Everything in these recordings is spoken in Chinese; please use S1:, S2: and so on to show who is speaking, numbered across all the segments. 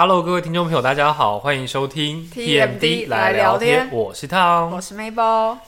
S1: Hello，各位听众朋友，大家好，欢迎收听
S2: TMD 来聊天
S1: 我是汤
S2: 我。是 Mabel。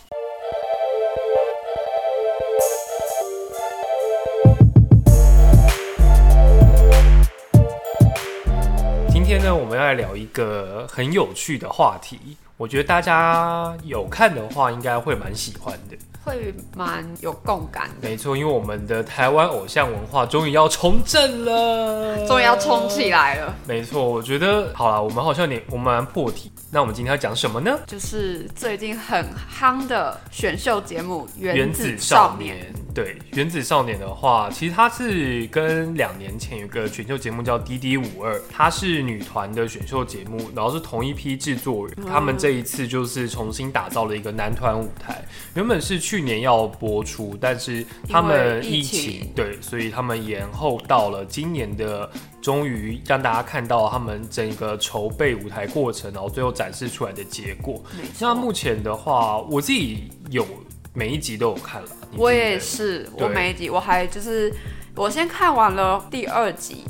S1: 今天呢，我们要来聊一个很有趣的话题，我觉得大家有看的话，应该会蛮喜欢的。
S2: 会蛮有共感的，
S1: 没错，因为我们的台湾偶像文化终于要重振了，
S2: 终于要冲起。来了。
S1: 没错，我觉得好了，我们好像也我们蛮破题。那我们今天要讲什么呢？
S2: 就是最近很夯的选秀节目《
S1: 原
S2: 原
S1: 子
S2: 子
S1: 少
S2: 少
S1: 年
S2: 年》。
S1: 对，《原子少年》的话，其实它是跟两年前有个选秀节目叫《D D 五二》，它是女团的选秀节目，然后是同一批制作人，他们这一次就是重新打造了一个男团舞台。原本是去年要播出，但是他们
S2: 因为疫
S1: 疫情
S2: 情
S1: 对，所以他们延后到了今年的。终于让大家看到他们整个筹备舞台过程，然后最后展示出来的结果。
S2: 没
S1: 那
S2: 错，
S1: 目前的话，我自己有每一集都有看了。你自己
S2: 我也
S1: 呢
S2: 是，
S1: 对
S2: 我每一集我还就是我先看完了第二集，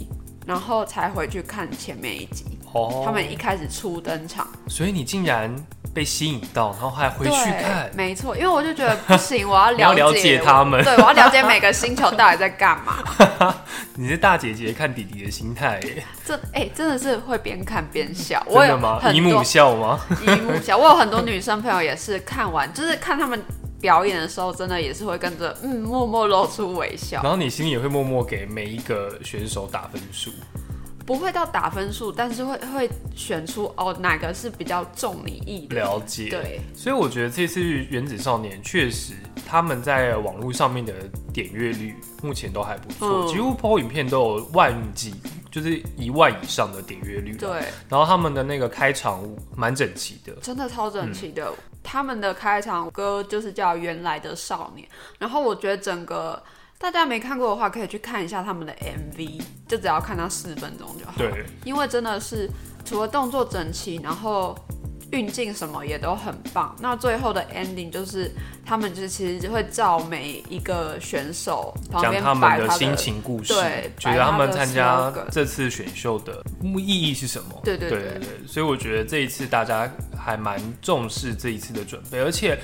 S2: 然后才回去看前面一集。
S1: 哦，
S2: 他们一开始初登场，
S1: 所以你竟然被吸引到，然后还回去
S2: 对
S1: 看，
S2: 没错，因为我就觉得不 行，我要
S1: 你要
S2: 了
S1: 了解他们
S2: 对，我要了解每个星球到底在干嘛。
S1: 你是大姐姐看弟弟的心 态耶，
S2: 这哎、真的是会边看边 笑，我
S1: 真
S2: 有
S1: 的吗？
S2: 很
S1: 姨
S2: 多
S1: 母笑吗？
S2: 一幕笑。嗯我有很多女生朋友也是看完，就是看他们表演的时候，真的也是会跟着嗯默默露出微笑
S1: 然，后你心里也会默默给每一个选手打分数，
S2: 不会到打分数，但是会会选出哦哪个是比较中你意的。
S1: 了解。
S2: 对，
S1: 所以我觉得这次《原子少年》确实他们在网络上面的点阅率目前都还不错，
S2: 嗯
S1: 几乎 PO 影片都有万几，就是一万以上的点阅率。
S2: 对，
S1: 然后他们的那个开场舞蛮整齐的，
S2: 真的超整齐
S1: 嗯
S2: 的。他们的开场歌就是叫《原来的少年》，然后我觉得整个大家没看过的话，可以去看一下他们的 MV，就只要看到四分钟就好。
S1: 对，
S2: 因为真的是除了动作整齐，然后运镜什么也都很棒。那最后的 ending 就是他们就是其实会照每一个选手旁
S1: 讲
S2: 边
S1: 他们
S2: 摆他
S1: 的
S2: 的
S1: 心。情故事
S2: 对，
S1: 觉
S2: 摆
S1: 得
S2: 他
S1: 他们
S2: 的
S1: 参加
S2: slogan
S1: 这次选秀的意义是什么？
S2: 对对
S1: 对
S2: 对
S1: 所以我觉得这一次大家还蛮重视这一次的准备，而且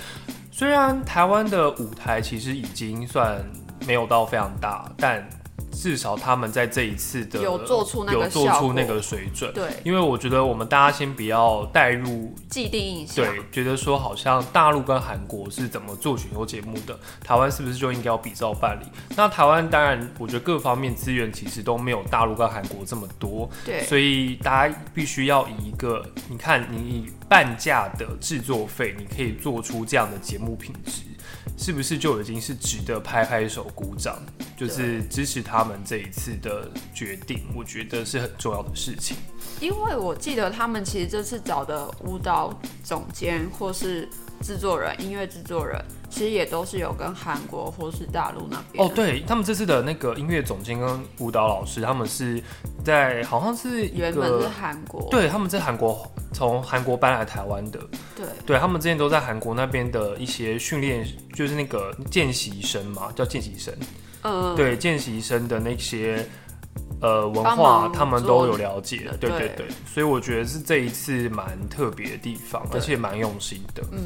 S1: 虽然台湾的舞台其实已经算没有到非常大，但至少他们在这一次的
S2: 有做出那个
S1: 有做
S2: 效
S1: 出
S2: 果
S1: 那个水准。
S2: 对，
S1: 因为我觉得我们大家先不要带入
S2: 既定印象。
S1: 对，觉得说好像大陆跟韩国是怎么做选秀节目的，台湾是不是就应该要比照办理？那台湾当然，我觉得各方面资源其实都没有大陆跟韩国这么多，
S2: 对
S1: 所以大家必须要以一个，你看你以半价的制作费，你可以做出这样的节目品质。是不是就已经是值得拍拍手、鼓掌，就是支持他们这一次的决定？我觉得是很重要的事情。
S2: 因为我记得他们其实这次找的舞蹈总监或是制作人、音乐制作人，其实也都是有跟韩国或是大陆那边。
S1: 哦，对他们这次的那个音乐总监跟舞蹈老师，他们是在好像是一
S2: 原本是
S1: 个，
S2: 韩国。
S1: 对，他们在韩国从韩国搬来台湾的，
S2: 对
S1: 对他们之前都在韩国那边的一些训练，就是那个见习生嘛，叫见习生，
S2: 嗯，
S1: 对，见习生的那些。呃，文
S2: 帮
S1: 化
S2: 忙
S1: 他们
S2: 做
S1: 都有了解，对对
S2: 对
S1: 对，所以我觉得是这一次蛮特别的地方，而
S2: 对
S1: 且蛮用心的。
S2: 嗯，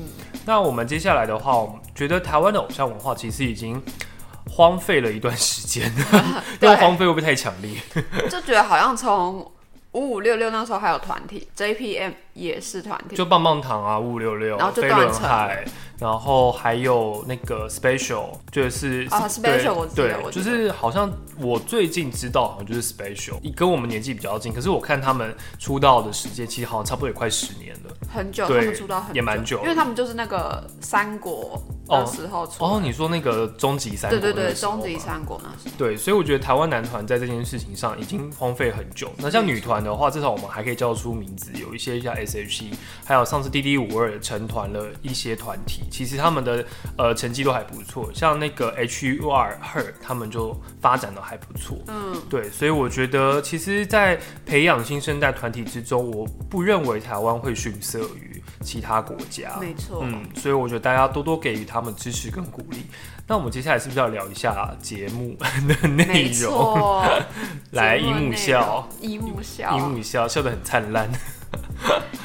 S1: 那我们接下来的话，我们觉得台湾的偶像文化其实已经荒废了一段时间，因为
S2: 对
S1: 荒废会不会太强烈？
S2: 就觉得好像从五五六六那时候还有团体，JPM 也是团体，
S1: 就棒棒糖啊，五五六六
S2: 然后，就
S1: 飞
S2: 断
S1: 轮
S2: 层
S1: 海，然后还有那个 special，就是
S2: 啊
S1: 对
S2: Special 我记得
S1: 对，
S2: 我
S1: 就
S2: 记得
S1: 是好像我最近知道好像就是 special，跟我们年纪比较近，可是我看他们出道的时间其实好像差不多也快十年了。
S2: 很久，他
S1: 对
S2: 们出道很
S1: 也蛮久
S2: 因为他们就是那个三国
S1: 哦
S2: 那时候出，
S1: 哦，你说那个终极三国
S2: 对
S1: 那个
S2: 对
S1: 时候吗，
S2: 对，终极三国那时候，
S1: 对，所以我觉得台湾男团在这件事情上已经荒废很久。那像女团的话，至少我们还可以叫出名字，有一些像 S.H.E，还有上次 D.D 五二成团了一些团体，其实他们的呃成绩都还不错。像那个 H.U.R. Her，他们就发展的还不错。
S2: 嗯，
S1: 对，所以我觉得，其实，在培养新生代团体之中，我不认为台湾会逊色于其他国家。
S2: 没错，
S1: 嗯，所以我觉得大家多多给予他们支持跟鼓励。那我们接下来是不是要聊一下节目的内
S2: 没
S1: 容？
S2: 错，
S1: 来，
S2: 节
S1: 一
S2: 目
S1: 木
S2: 内
S1: 笑，
S2: 容，一幕
S1: 一
S2: 笑，
S1: 木笑，笑得很灿烂。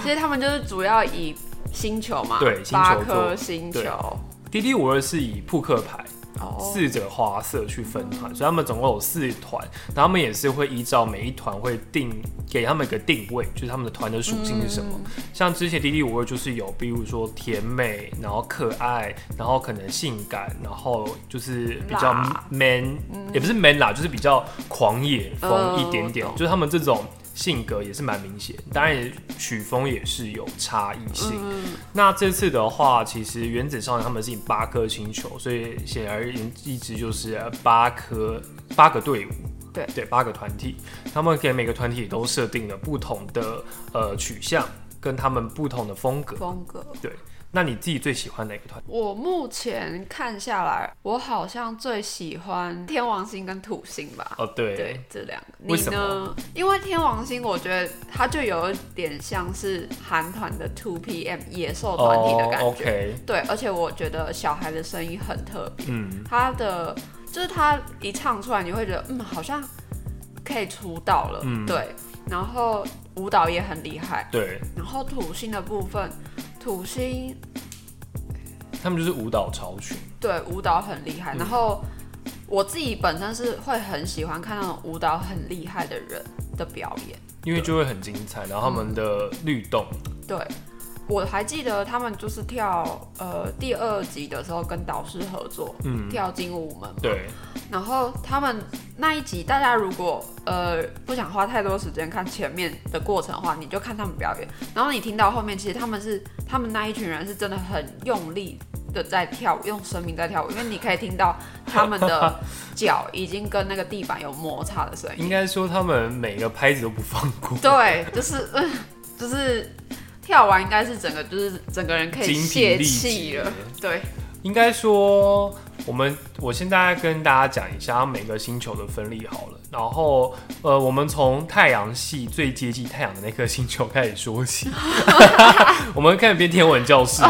S2: 其实他们就是主要以星球嘛，
S1: 对星球
S2: 八
S1: 做
S2: 颗星
S1: 对
S2: 球，
S1: 滴滴五二是以扑克牌
S2: 哦，
S1: 四者花色去分团，所以他们总共有四团，然后他们也是会依照每一团会定给他们一个定位，就是他们的团的属性是什么。
S2: 嗯
S1: 像之前滴滴五二就是有，比如说甜美，然后可爱，然后可能性感，然后就是比较
S2: 辣嗯
S1: man，、也不是 man 啦，就是比较狂野风
S2: 呃
S1: 一点点，
S2: 我懂
S1: 就是他们这种。性格也是蛮明显，当然也曲风也是有差异性。
S2: 嗯
S1: 那这次的话，其实原子少年他们是以八颗星球，所以显而易之就是呃八颗八个队伍，
S2: 对
S1: 对，八个团体，他们给每个团体都设定了不同的呃取向跟他们不同的风格。
S2: 风格。
S1: 对，那你自己最喜欢哪个团？
S2: 我目前看下来，我好像最喜欢天王星跟土星吧。
S1: 哦，对，
S2: 对，这两个，
S1: 为
S2: 你
S1: 什么
S2: 呢？因为天王星，我觉得它就有一点像是韩团的 Two PM 野兽团体的感觉。
S1: o k
S2: 对，而且我觉得小孩的声音很特别，
S1: 嗯，
S2: 他的就是他一唱出来，你会觉得嗯，好像可以出道了。
S1: 嗯
S2: 对，然后舞蹈也很厉害，
S1: 对，
S2: 然后土星的部分，土星
S1: 他们就是舞蹈潮群，
S2: 对舞蹈很厉
S1: 嗯
S2: 害，然后我自己本身是会很喜欢看那种舞蹈很厉害的人的表演。
S1: 因为就会很精彩，然后他们的律动，
S2: 对，我还记得他们就是跳呃第二集的时候跟导师合作
S1: 嗯，
S2: 跳精舞门，
S1: 对，
S2: 然后他们那一集大家如果呃不想花太多时间看前面的过程的话，你就看他们表演，然后你听到后面，其实他们是他们那一群人是真的很用力。的在跳舞，用生命在跳舞，因为你可以听到他们的脚已经跟那个地板有摩擦的声音。
S1: 应该说他们每个拍子都不放过，
S2: 对，就是嗯，就是跳完应该是整个就是整个人可以
S1: 精疲
S2: 泄
S1: 力
S2: 气
S1: 竭
S2: 了。对，
S1: 应该说，我们我先大概跟大家讲一下每个星球的分类好了。然后，呃，我们从太阳系最接近太阳的那颗星球开始说起。我们开始变天文教室。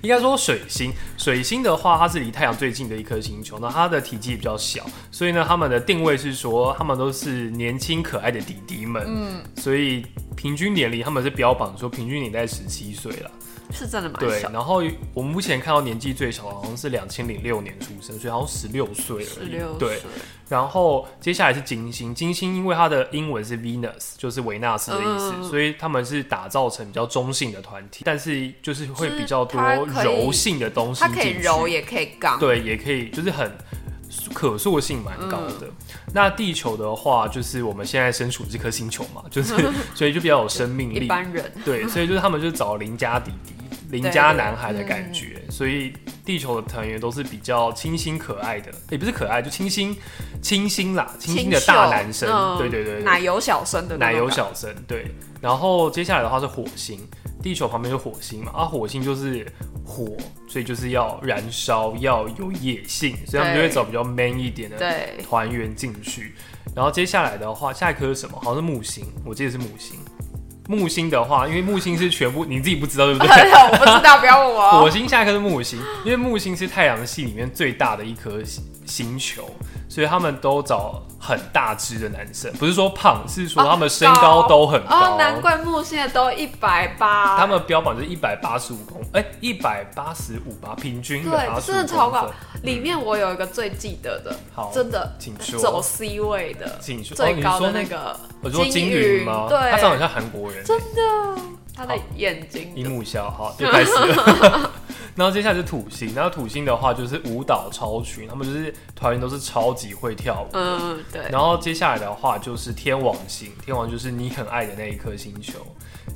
S1: 应该说水星，水星的话，它是离太阳最近的一颗星球，那它的体积也比较小，所以呢，他们的定位是说，他们都是年轻可爱的弟弟们，嗯，所以平均年龄他们是标榜说平均年龄在十七岁了。
S2: 是真的蛮
S1: 对
S2: 小，，
S1: 然后我目前看到年纪最小的好像是两千零六年出生，所以好像十六岁而已。
S2: 十六
S1: 嗯对
S2: 岁，，
S1: 然后接下来是金星，金星因为它的英文是 Venus，就是维纳斯的意思，
S2: 嗯
S1: 所以他们是打造成比较中性的团体，但是就是会
S2: 就是
S1: 比较多
S2: 它可以
S1: 柔性的东西
S2: 它
S1: 进去。
S2: 可以柔也可以刚。
S1: 对，也可以，就是很可塑性蛮高的。
S2: 嗯
S1: 那地球的话，就是我们现在身处这颗星球嘛，就是 所以就比较有生命
S2: 一
S1: 力，
S2: 般人
S1: 对，所以就是他们就找邻家弟弟、邻家男孩的
S2: 嗯
S1: 感觉，所以地球的成员都是比较清新可爱的，也、不是可爱，就清新、清新啦，清新的大男生，
S2: 嗯
S1: 对对对
S2: 奶
S1: 对，
S2: 油小生的那
S1: 奶
S2: 种
S1: 油
S2: 感
S1: 小生，对。然后接下来的话是火星，地球旁边是火星嘛，啊，火星就是火，所以就是要燃烧，要有野性，所以他们就会
S2: 对
S1: 找比较 man 一点的
S2: 觉，对，
S1: 团员进去。然后接下来的话，下一颗是什么？好像是木星，我记得是木星。木星的话，因为木星是全部你自己不知道对不对？
S2: 哦我不知道，不要问我
S1: 火
S2: 哦。
S1: 星下一颗是木星，因为木星是太阳系里面最大的一颗星星球，所以他们都找很大只的男生，不是说胖，是说他们身高都很高。
S2: 哦，难怪木星的都一百八，
S1: 他们标榜就是一百八十五公，哎、一百八十五吧，平均
S2: 对真的超高
S1: 高。。
S2: 里面我有一个最记得的
S1: 好，
S2: 真的
S1: 请说
S2: 走 C 位的，
S1: 请说哦
S2: 最
S1: 你
S2: 高
S1: 说
S2: 的
S1: 那
S2: 那个
S1: 我说金
S2: 鱼
S1: 鱼吗？
S2: 对，
S1: 他长得很像韩国人、
S2: 真的，他的
S1: 好
S2: 眼睛
S1: 一
S2: 的
S1: 木笑，好，就开始了。 然后接下来是土星，然后土星的话就是舞蹈超群，他们就是团员都是超级会跳舞。
S2: 嗯，对，
S1: 然后接下来的话就是天王星，天王就是你很爱的那一颗星球。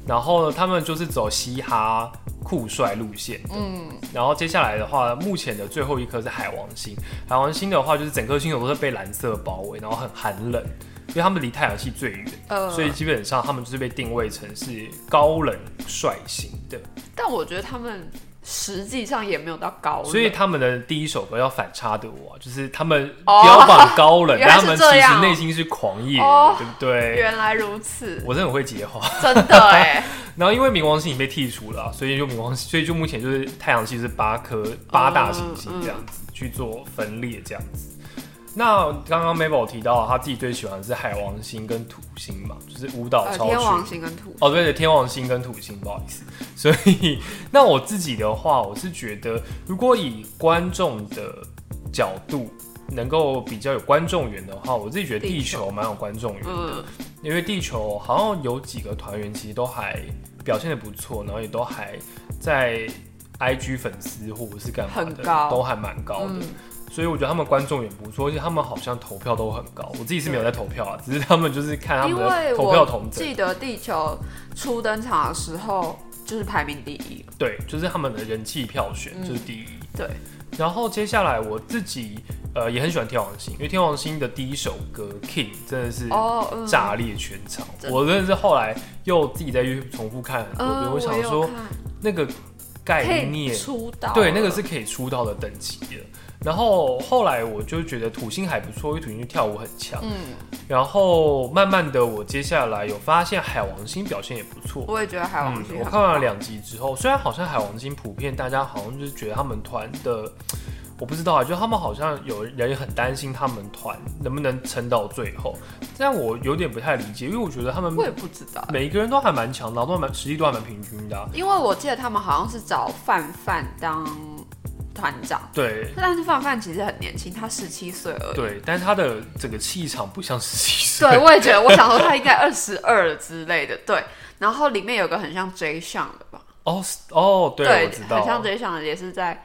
S1: 然后呢，他们就是走嘻哈酷帅路线。嗯。然后接下来的话，目前的最后一颗是海王星。海王星的话，就是整颗星球都是被蓝色包围，然后很寒冷，因为他们离太阳系最远，
S2: 呃
S1: 所以基本上他们就是被定位成是高冷率型的。
S2: 但我觉得他们实际上也没有到高冷，
S1: 所以他们的第一首歌要反差的我啊，就是他们
S2: 哦
S1: 标榜高冷，
S2: 原来
S1: 但
S2: 是
S1: 他们其
S2: 这样
S1: 实
S2: 哦
S1: 内心是狂野
S2: 哦
S1: 的，对不对？
S2: 原来如此，
S1: 我真的很会接话。
S2: 真的哎，
S1: 然后因为冥王星已经被剔除了啊、所以就冥王，所以就目前就是太阳系是八颗
S2: 嗯
S1: 八大行星这样子、去做分裂这样子。那刚刚 Mabel 提到啊他自己最喜欢的是海王星跟土星嘛，就是舞蹈
S2: 呃，
S1: 超群。
S2: 天王星跟土星，
S1: 哦，对对，天王星跟土星，不好意思。所以，那我自己的话，我是觉得，如果以观众的角度，能够比较有观众缘的话，我自己觉得地
S2: 地球
S1: 球蛮有观众缘的。
S2: 嗯，
S1: 因为地球好像有几个团员其实都还表现的不错，然后也都还在 IG 粉丝或者是干嘛
S2: 很
S1: 的，
S2: 高
S1: 都还蛮高的。
S2: 嗯
S1: 所以我觉得他们观众也不错，而且他们好像投票都很高。我自己是没有在投票啊，只是他们就是看他
S2: 因
S1: 们
S2: 为
S1: 的投票
S2: 我
S1: 同整，
S2: 记得地球初登场的时候就是排名第一，
S1: 对，就是他们的人气票选
S2: 嗯
S1: 就是第一。
S2: 对，
S1: 然后接下来我自己呃也很喜欢天王星，因为天王星的第一首歌《King》真的是
S2: 哦，嗯，
S1: 炸裂全场。
S2: 真的
S1: 我真的是后来又自己再去重复看很多遍，
S2: 嗯，
S1: 我想
S2: 有
S1: 说
S2: 看
S1: 那个
S2: 可
S1: 概
S2: 以
S1: 念，
S2: 出道，
S1: 对，那个是可以出道的等级的。然后后来我就觉得土星还不错，因为土星跳舞很强。
S2: 嗯，
S1: 然后慢慢的，我接下来有发现海王星表现也不错。
S2: 我也觉得海王
S1: 嗯，
S2: 星、啊
S1: 我看完了，两集之后，虽然好像海王星普遍大家好像就是觉得他们团的，我不知道啊，就他们好像有人也很担心他们团能不能撑到最后，但我有点不太理解，因为我觉得他们
S2: 我也不知道，
S1: 每一个人都还蛮强的啊，都还蛮实力都还蛮平均的啊、
S2: 因为我记得他们好像是找范范当团长，
S1: 对，
S2: 但是范范其实很年轻，他十七岁而已。
S1: 对，但是他的整个气场不像十七岁。
S2: 对，我也觉得，我想说他应该二十二了之类的。对，然后里面有个很像 J 上的吧，
S1: 哦是哦，对，我知道。
S2: 很像 J 上的也是在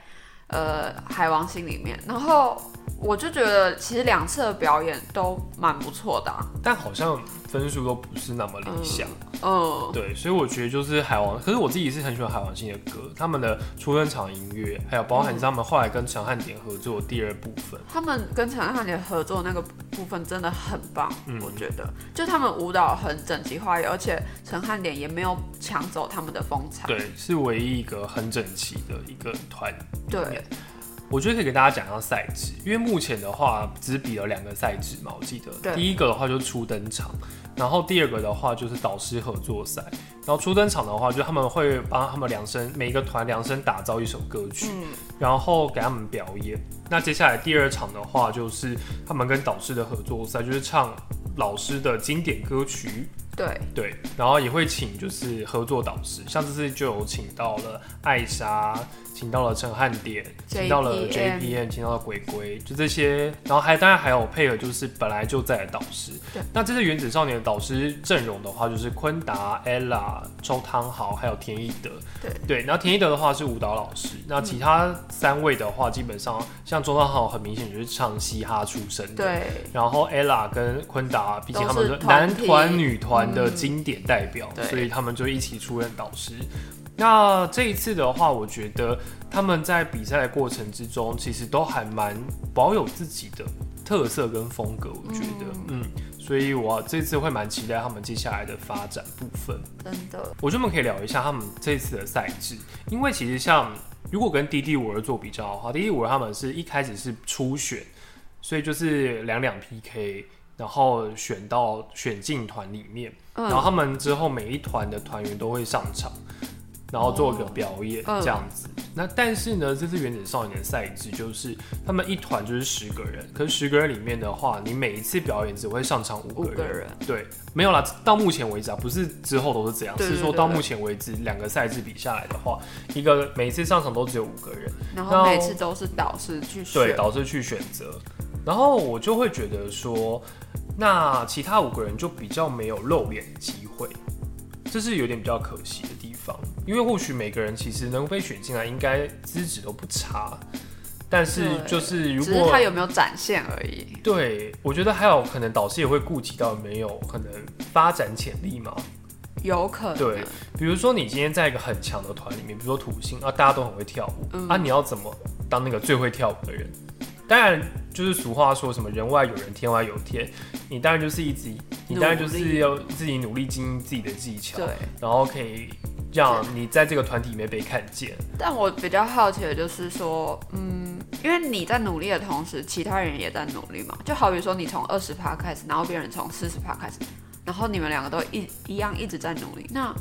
S2: 呃海王星里面。然后我就觉得其实两次的表演都蛮不错的、啊，
S1: 但好像分数都不是那么理想。
S2: 嗯，
S1: 对，所以我觉得就是海王，可是我自己是很喜欢海王星的歌，他们的出登场音乐，还有包含他们后来跟陈汉典合作的第二部分。
S2: 他们跟陈汉典合作那个部分真的很棒，
S1: 嗯
S2: 我觉得就他们舞蹈很整齐划一，而且陈汉典也没有抢走他们的风采。
S1: 对，是唯一一个很整齐的一个团。
S2: 对，
S1: 我觉得可以给大家讲一下赛制，因为目前的话只比了两个赛制嘛，我记得
S2: 对
S1: 第一个的话就是初登场，然后第二个的话就是导师合作赛。然后初登场的话，就他们会帮他们量身每一个团量身打造一首歌曲，
S2: 嗯，
S1: 然后给他们表演。那接下来第二场的话，就是他们跟导师的合作赛，就是唱老师的经典歌曲，
S2: 对，
S1: 对，然后也会请就是合作导师，像这次就有请到了艾莎，请到了陈汉典，请到了
S2: JPM
S1: JPM，请到了鬼鬼，就这些，然后还当然还有配合就是本来就在的导师
S2: 对。
S1: 那这次原子少年的导师阵容的话，就是昆达、ella、周汤豪还有田一德。
S2: 对嗯
S1: 对，然后田一德的话是舞蹈老师，那其他三位的话，基本上像周汤豪很明显就是唱嘻哈出身的。
S2: 对，
S1: 然后 ella 跟昆达，毕竟他们
S2: 都
S1: 是
S2: 是团
S1: 男
S2: 体嗯
S1: 团、女团的经典代表，
S2: 对
S1: 所以他们就一起出任导师。那这一次的话，我觉得他们在比赛的过程之中，其实都还蛮保有自己的特色跟风格，我觉得，嗯所以我这次会蛮期待他们接下来的发展部分。
S2: 真的，
S1: 我觉得我们可以聊一下他们这一次的赛制，因为其实像如果跟滴滴五二做比较的话，滴滴五二他们是一开始是初选，所以就是两两 PK，然后选到选进团里面，然后
S2: 嗯，
S1: 他们之后每一团的团员都会上场，然后做个表演
S2: 嗯
S1: 这样子。那但是呢，这次原子少年的赛制就是他们一团就是十个人，可是十个人里面的话，你每一次表演只会上场
S2: 五个人，
S1: 对，没有啦，到目前为止啊，不是之后都是这样，
S2: 对对
S1: 是说到目前为止两个赛制比下来的话，一个每次上场都只有五个人，然
S2: 然后
S1: 后
S2: 每次都是导师去
S1: 对，
S2: 选，
S1: 导致去选择，然后我就会觉得说，那其他五个人就比较没有露脸的机会，这是有点比较可惜的地方，因为或许每个人其实能被选进来，应该资质都不差，但是
S2: 对
S1: 就是如
S2: 只
S1: 果
S2: 是他有没有展现而已。
S1: 对，我觉得还有可能导师也会顾及到有没有可能发展潜力嘛，
S2: 有可能，
S1: 对，比如说你今天在一个很强的团里面，比如说土星啊，大家都很会跳舞、
S2: 嗯
S1: 啊，你要怎么当那个最会跳舞的人？当然，就是俗话说什么“人外有人，天外有天”，你当然就是一直，你当然就是要自己努力经营自己的技巧，
S2: 对
S1: 然后可以让你在这个团体里面被看见。
S2: 但我比较好奇的就是说，嗯，因为你在努力的同时，其他人也在努力嘛。就好比说，你从二十趴开始，然后别人从四十趴开始，然后你们两个都一一样一直在努力，那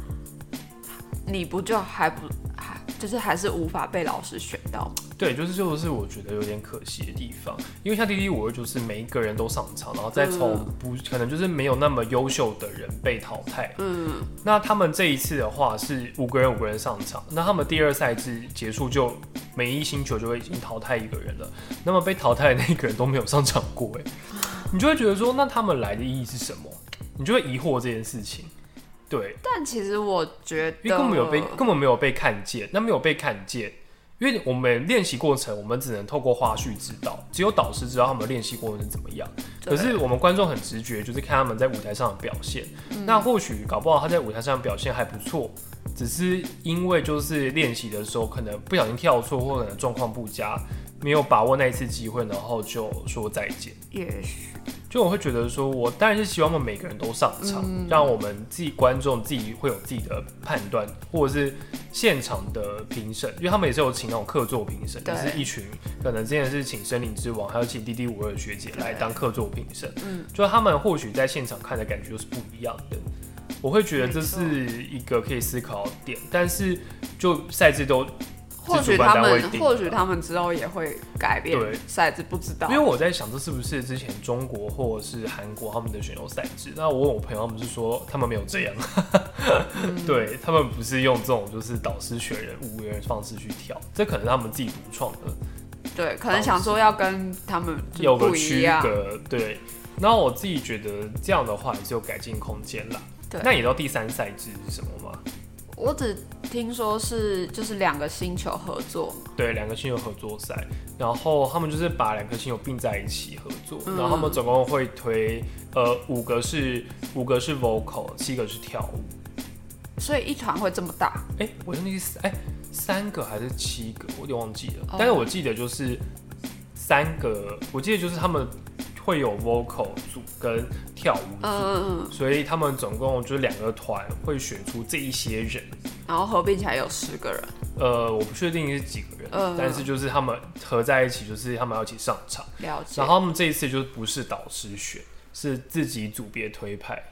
S2: 你不就还不还就是还是无法被老师选到吗？
S1: 对，就是就是我觉得有点可惜的地方，因为像滴滴五二就是每一个人都上场，然后再从不可能就是没有那么优秀的人被淘汰。
S2: 嗯，
S1: 那他们这一次的话是五个人五个人上场，那他们第二赛制结束就每一星球就会已经淘汰一个人了，那么被淘汰的那个人都没有上场过，哎，你就会觉得说，那他们来的意义是什么？你就会疑惑这件事情。对，
S2: 但其实我觉得
S1: 因为根本没有被根本没有被看见，那没有被看见，因为我们练习过程，我们只能透过花絮知道，只有导师知道他们练习过程是怎么样。
S2: 对
S1: 可是我们观众很直觉，就是看他们在舞台上的表现。那或许搞不好他在舞台上表现还不错，只是因为就是练习的时候可能不小心跳错，或者可能状况不佳，没有把握那一次机会，然后就说再见。
S2: 也许
S1: 就我会觉得说，我当然是希望我们每个人都上场，让我们自己观众自己会有自己的判断，或者是现场的评审，因为他们也是有请那种客座评审，就
S2: 对
S1: 是一群可能之前是请森林之王，还有请滴滴五二的学姐来
S2: 对
S1: 当客座评审，
S2: 嗯，
S1: 就他们或许在现场看的感觉就是不一样的。我会觉得这是一个可以思考的点，但是就赛制都
S2: 或许
S1: 主办
S2: 他
S1: 单位
S2: 们
S1: 定
S2: 或
S1: 的
S2: 许他们之后也会改变
S1: 对
S2: 赛制，不知道
S1: 因为我在想，这是不是之前中国或者是韩国他们的选秀赛制？那我问我朋友，他们是说他们没有这样，
S2: 嗯
S1: 对他们不是用这种就是导师选人、五个人方式去跳，这可能是他们自己独创的，
S2: 对，可能想说要跟他们就
S1: 有个
S2: 不一
S1: 区
S2: 样，
S1: 隔。对，然后我自己觉得这样的话也是有改进空间啦。
S2: 对
S1: 那你知道第三赛制是什么吗？
S2: 我只听说是就是两个星球合作嘛，
S1: 对，两个星球合作赛，然后他们就是把两颗星球并在一起合作，
S2: 嗯
S1: 然后他们总共会推呃五个是五个是 vocal，七个是跳舞。
S2: 所以一团会这么大。
S1: 哎、我是那个三哎、三个还是七个，我有点忘记了。
S2: 哦
S1: 但是我记得就是三个，我记得就是他们会有 vocal 组跟跳舞组，
S2: 嗯，嗯
S1: 所以他们总共就是两个团会选出这一些人。
S2: 嗯，然后合并起来有十个人，
S1: 呃，我不确定是几个人，
S2: 嗯
S1: 但是就是他们合在一起，就是他们要一起上场。
S2: 了解。
S1: 然后他们这一次就是不是导师选，是自己组别推派，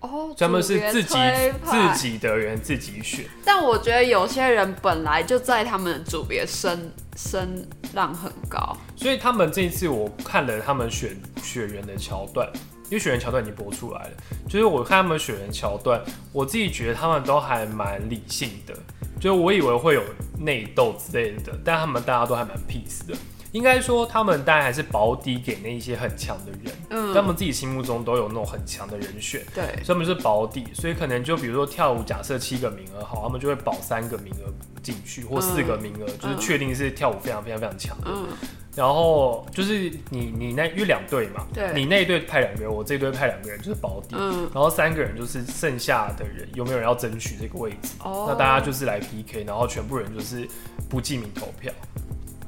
S2: 哦，
S1: 所以他们是自
S2: 组
S1: 己
S2: 别推派
S1: 自。己的人自己选。
S2: 但我觉得有些人本来就在他们的组别声声浪很高，
S1: 所以他们这一次我看了他们选选人的桥段，因为选人桥段已经播出来了，就是我看他们选人桥段，我自己觉得他们都还蛮理性的，就是我以为会有内斗之类的，但他们大家都还蛮 peace 的。应该说，他们当然还是保底给那一些很强的人，
S2: 嗯
S1: 他们自己心目中都有那种很强的人选，
S2: 对，
S1: 所以他们是保底，所以可能就比如说跳舞，假设七个名额好，他们就会保三个名额进去，或四个名额，就是确定是跳舞非常非常非常强的。
S2: 嗯，
S1: 然后就是你你那因为两队嘛，
S2: 对
S1: 你那一队派两个人，我这一队派两个人，就是保底。
S2: 嗯
S1: 然后三个人就是剩下的人有没有人要争取这个位置？
S2: 哦，
S1: 那大家就是来 PK，然后全部人就是不记名投票。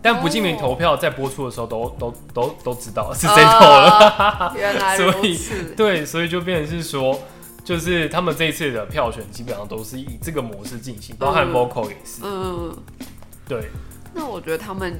S1: 但不记名
S2: 哦
S1: 投票在播出的时候都都都都知道是谁投了。
S2: 哦原来如
S1: 所以
S2: 此，
S1: 对，所以就变成是说，就是他们这一次的票选基本上都是以这个模式进行，包含
S2: 嗯
S1: vocal 也是。
S2: 嗯，
S1: 对，
S2: 那我觉得他们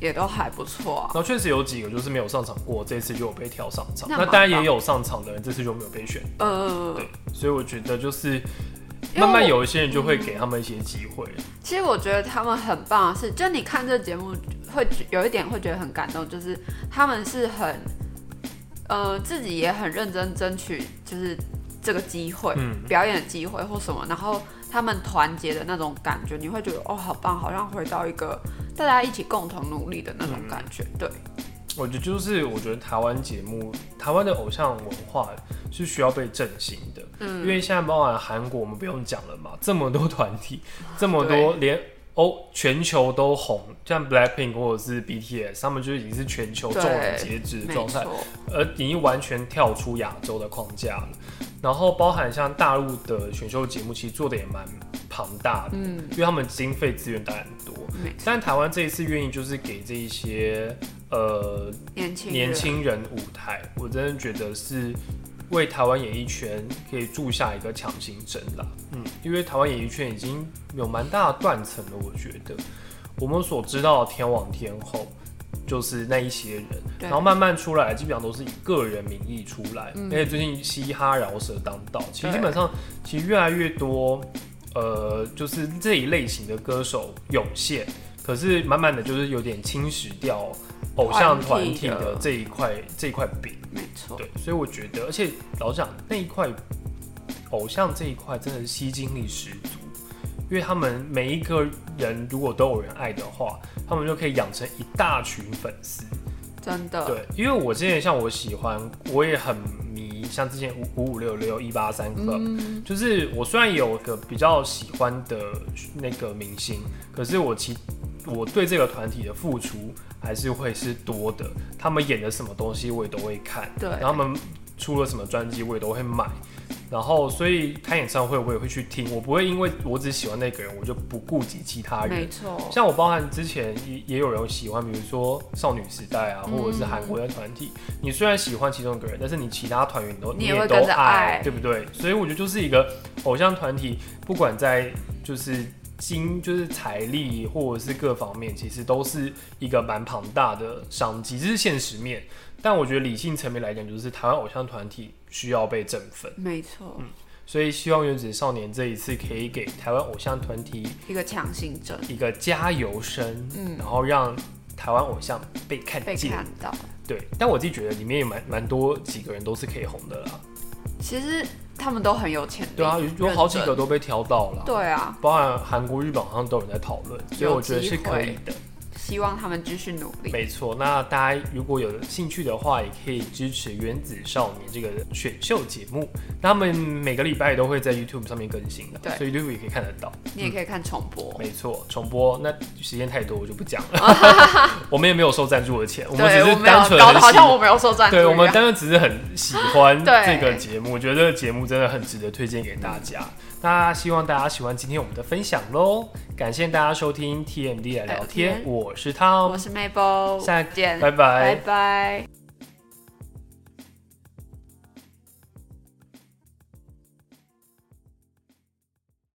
S2: 也都还不错啊
S1: 然。后确实有几个就是没有上场过，这次就有被挑上场。
S2: 那
S1: 那
S2: 蛮
S1: 当然也
S2: 棒
S1: 有上场的人，这次就没有被选。
S2: 嗯，
S1: 对，所以我觉得就是
S2: 因为
S1: 慢慢
S2: 我
S1: 有一些人就会给他们一些机会。
S2: 其实我觉得他们很棒的是，就你看这节目会觉有一点会觉得很感动，就是他们是很，呃，自己也很认真争取，就是这个机会、
S1: 嗯
S2: 表演的机会或什么，然后他们团结的那种感觉，你会觉得哦，好棒，好像回到一个大家一起共同努力的那种感觉。
S1: 嗯
S2: 对，
S1: 我觉得就是我觉得台湾节目，台湾的偶像文化是需要被振兴的。因
S2: 嗯，
S1: 为现在包含韩国，我们不用讲了嘛，这么多团体，这么多连欧全球都红，像 Blackpink 或者是 BTS，他们就已经是全球众人皆知的
S2: 没
S1: 状态，
S2: 错，
S1: 而已经完全跳出亚洲的框架了。然后包含像大陆的选秀节目，其实做的也蛮庞大的，
S2: 嗯，
S1: 因为他们经费资源当然很多。
S2: 没错，
S1: 但台湾这一次愿意就是给这一些呃
S2: 年轻人
S1: 年轻人舞台，我真的觉得是为台湾演艺圈可以注下一个强心针啦。嗯，因为台湾演艺圈已经有蛮大的断层了，我觉得我们所知道的天王天后就是那一些人，
S2: 对嗯
S1: 然后慢慢出来，基本上都是以个人名义出来，而且最近嘻哈饶舌当道，其实
S2: 对
S1: 基本上其实越来越多，呃，就是这一类型的歌手涌现，可是慢慢的就是有点侵蚀掉偶像团体
S2: 团体
S1: 的
S2: 的哦
S1: 这一块这一块饼。
S2: 没错，
S1: 对，所以我觉得，而且老实讲那一块偶像这一块真的是吸睛力十足，因为他们每一个人如果都有人爱的话，他们就可以养成一大群粉丝。
S2: 真的，
S1: 对，因为我之前像我喜欢，我也很迷，像之前五五五六六一八三 club，、
S2: 嗯，
S1: 就是我虽然有个比较喜欢的那个明星，可是我其我对这个团体的付出还是会是多的。他们演的什么东西我也都会看，
S2: 对
S1: 然后他们出了什么专辑我也都会买。然后，所以开演唱会我也会去听，我不会因为我只喜欢那个人，我就不顾及其他人
S2: 没。错，
S1: 像我包含之前也也有人喜欢，比如说少女时代啊，或者
S2: 嗯
S1: 是韩国的团体。你虽然喜欢其中一个人，但是你其他团员都
S2: 你也
S1: 也
S2: 会
S1: 都
S2: 跟着爱
S1: 对不对？所以我觉得就是一个偶像团体，不管在就是经就是财力或者是各方面，其实都是一个蛮庞大的商机，这是现实面。但我觉得理性层面来讲，就是台湾偶像团体需要被振奋，
S2: 没错，
S1: 所以希望原子少年这一次可以给台湾偶像团体
S2: 一个强心针
S1: 一个加油声，
S2: 嗯
S1: 然后让台湾偶像被看
S2: 被
S1: 见。
S2: 看到。
S1: 对，但我自己觉得里面也蛮蛮多几个人都是可以红的啦。
S2: 其实他们都很有潜力，
S1: 对啊，有有好几
S2: 认
S1: 个都被挑到了
S2: 真，，对啊，
S1: 包含韩国、日本好像都有人在讨论，所以我觉得是可以的。
S2: 希望他们继续努力。
S1: 没错，那大家如果有兴趣的话，也可以支持《原子少年》这个选秀节目。那他们每个礼拜都会在 YouTube 上面更新的，
S2: 对
S1: 所以 YouTube 也可以看得到。
S2: 你也可以看重播，
S1: 没错，重播那时间太多，我就不讲了。 我们也没有收赞助的钱，我们
S2: 对
S1: 只
S2: 我
S1: 是
S2: 没有
S1: 单纯
S2: 搞
S1: 很
S2: 得
S1: 喜
S2: 好像我没有受赞助一
S1: 对，
S2: 样。
S1: 我们单纯只是很喜 欢
S2: 对
S1: 这个节目，觉得这个节目真的很值得推荐给大家。那希望大家喜欢今天我们的分享喽，感谢大家收听 TMD 来聊
S2: 聊
S1: 天
S2: 天，
S1: 我是
S2: 我
S1: Tom，
S2: 是 Mabel，
S1: 下
S2: 见，
S1: 拜拜
S2: 拜拜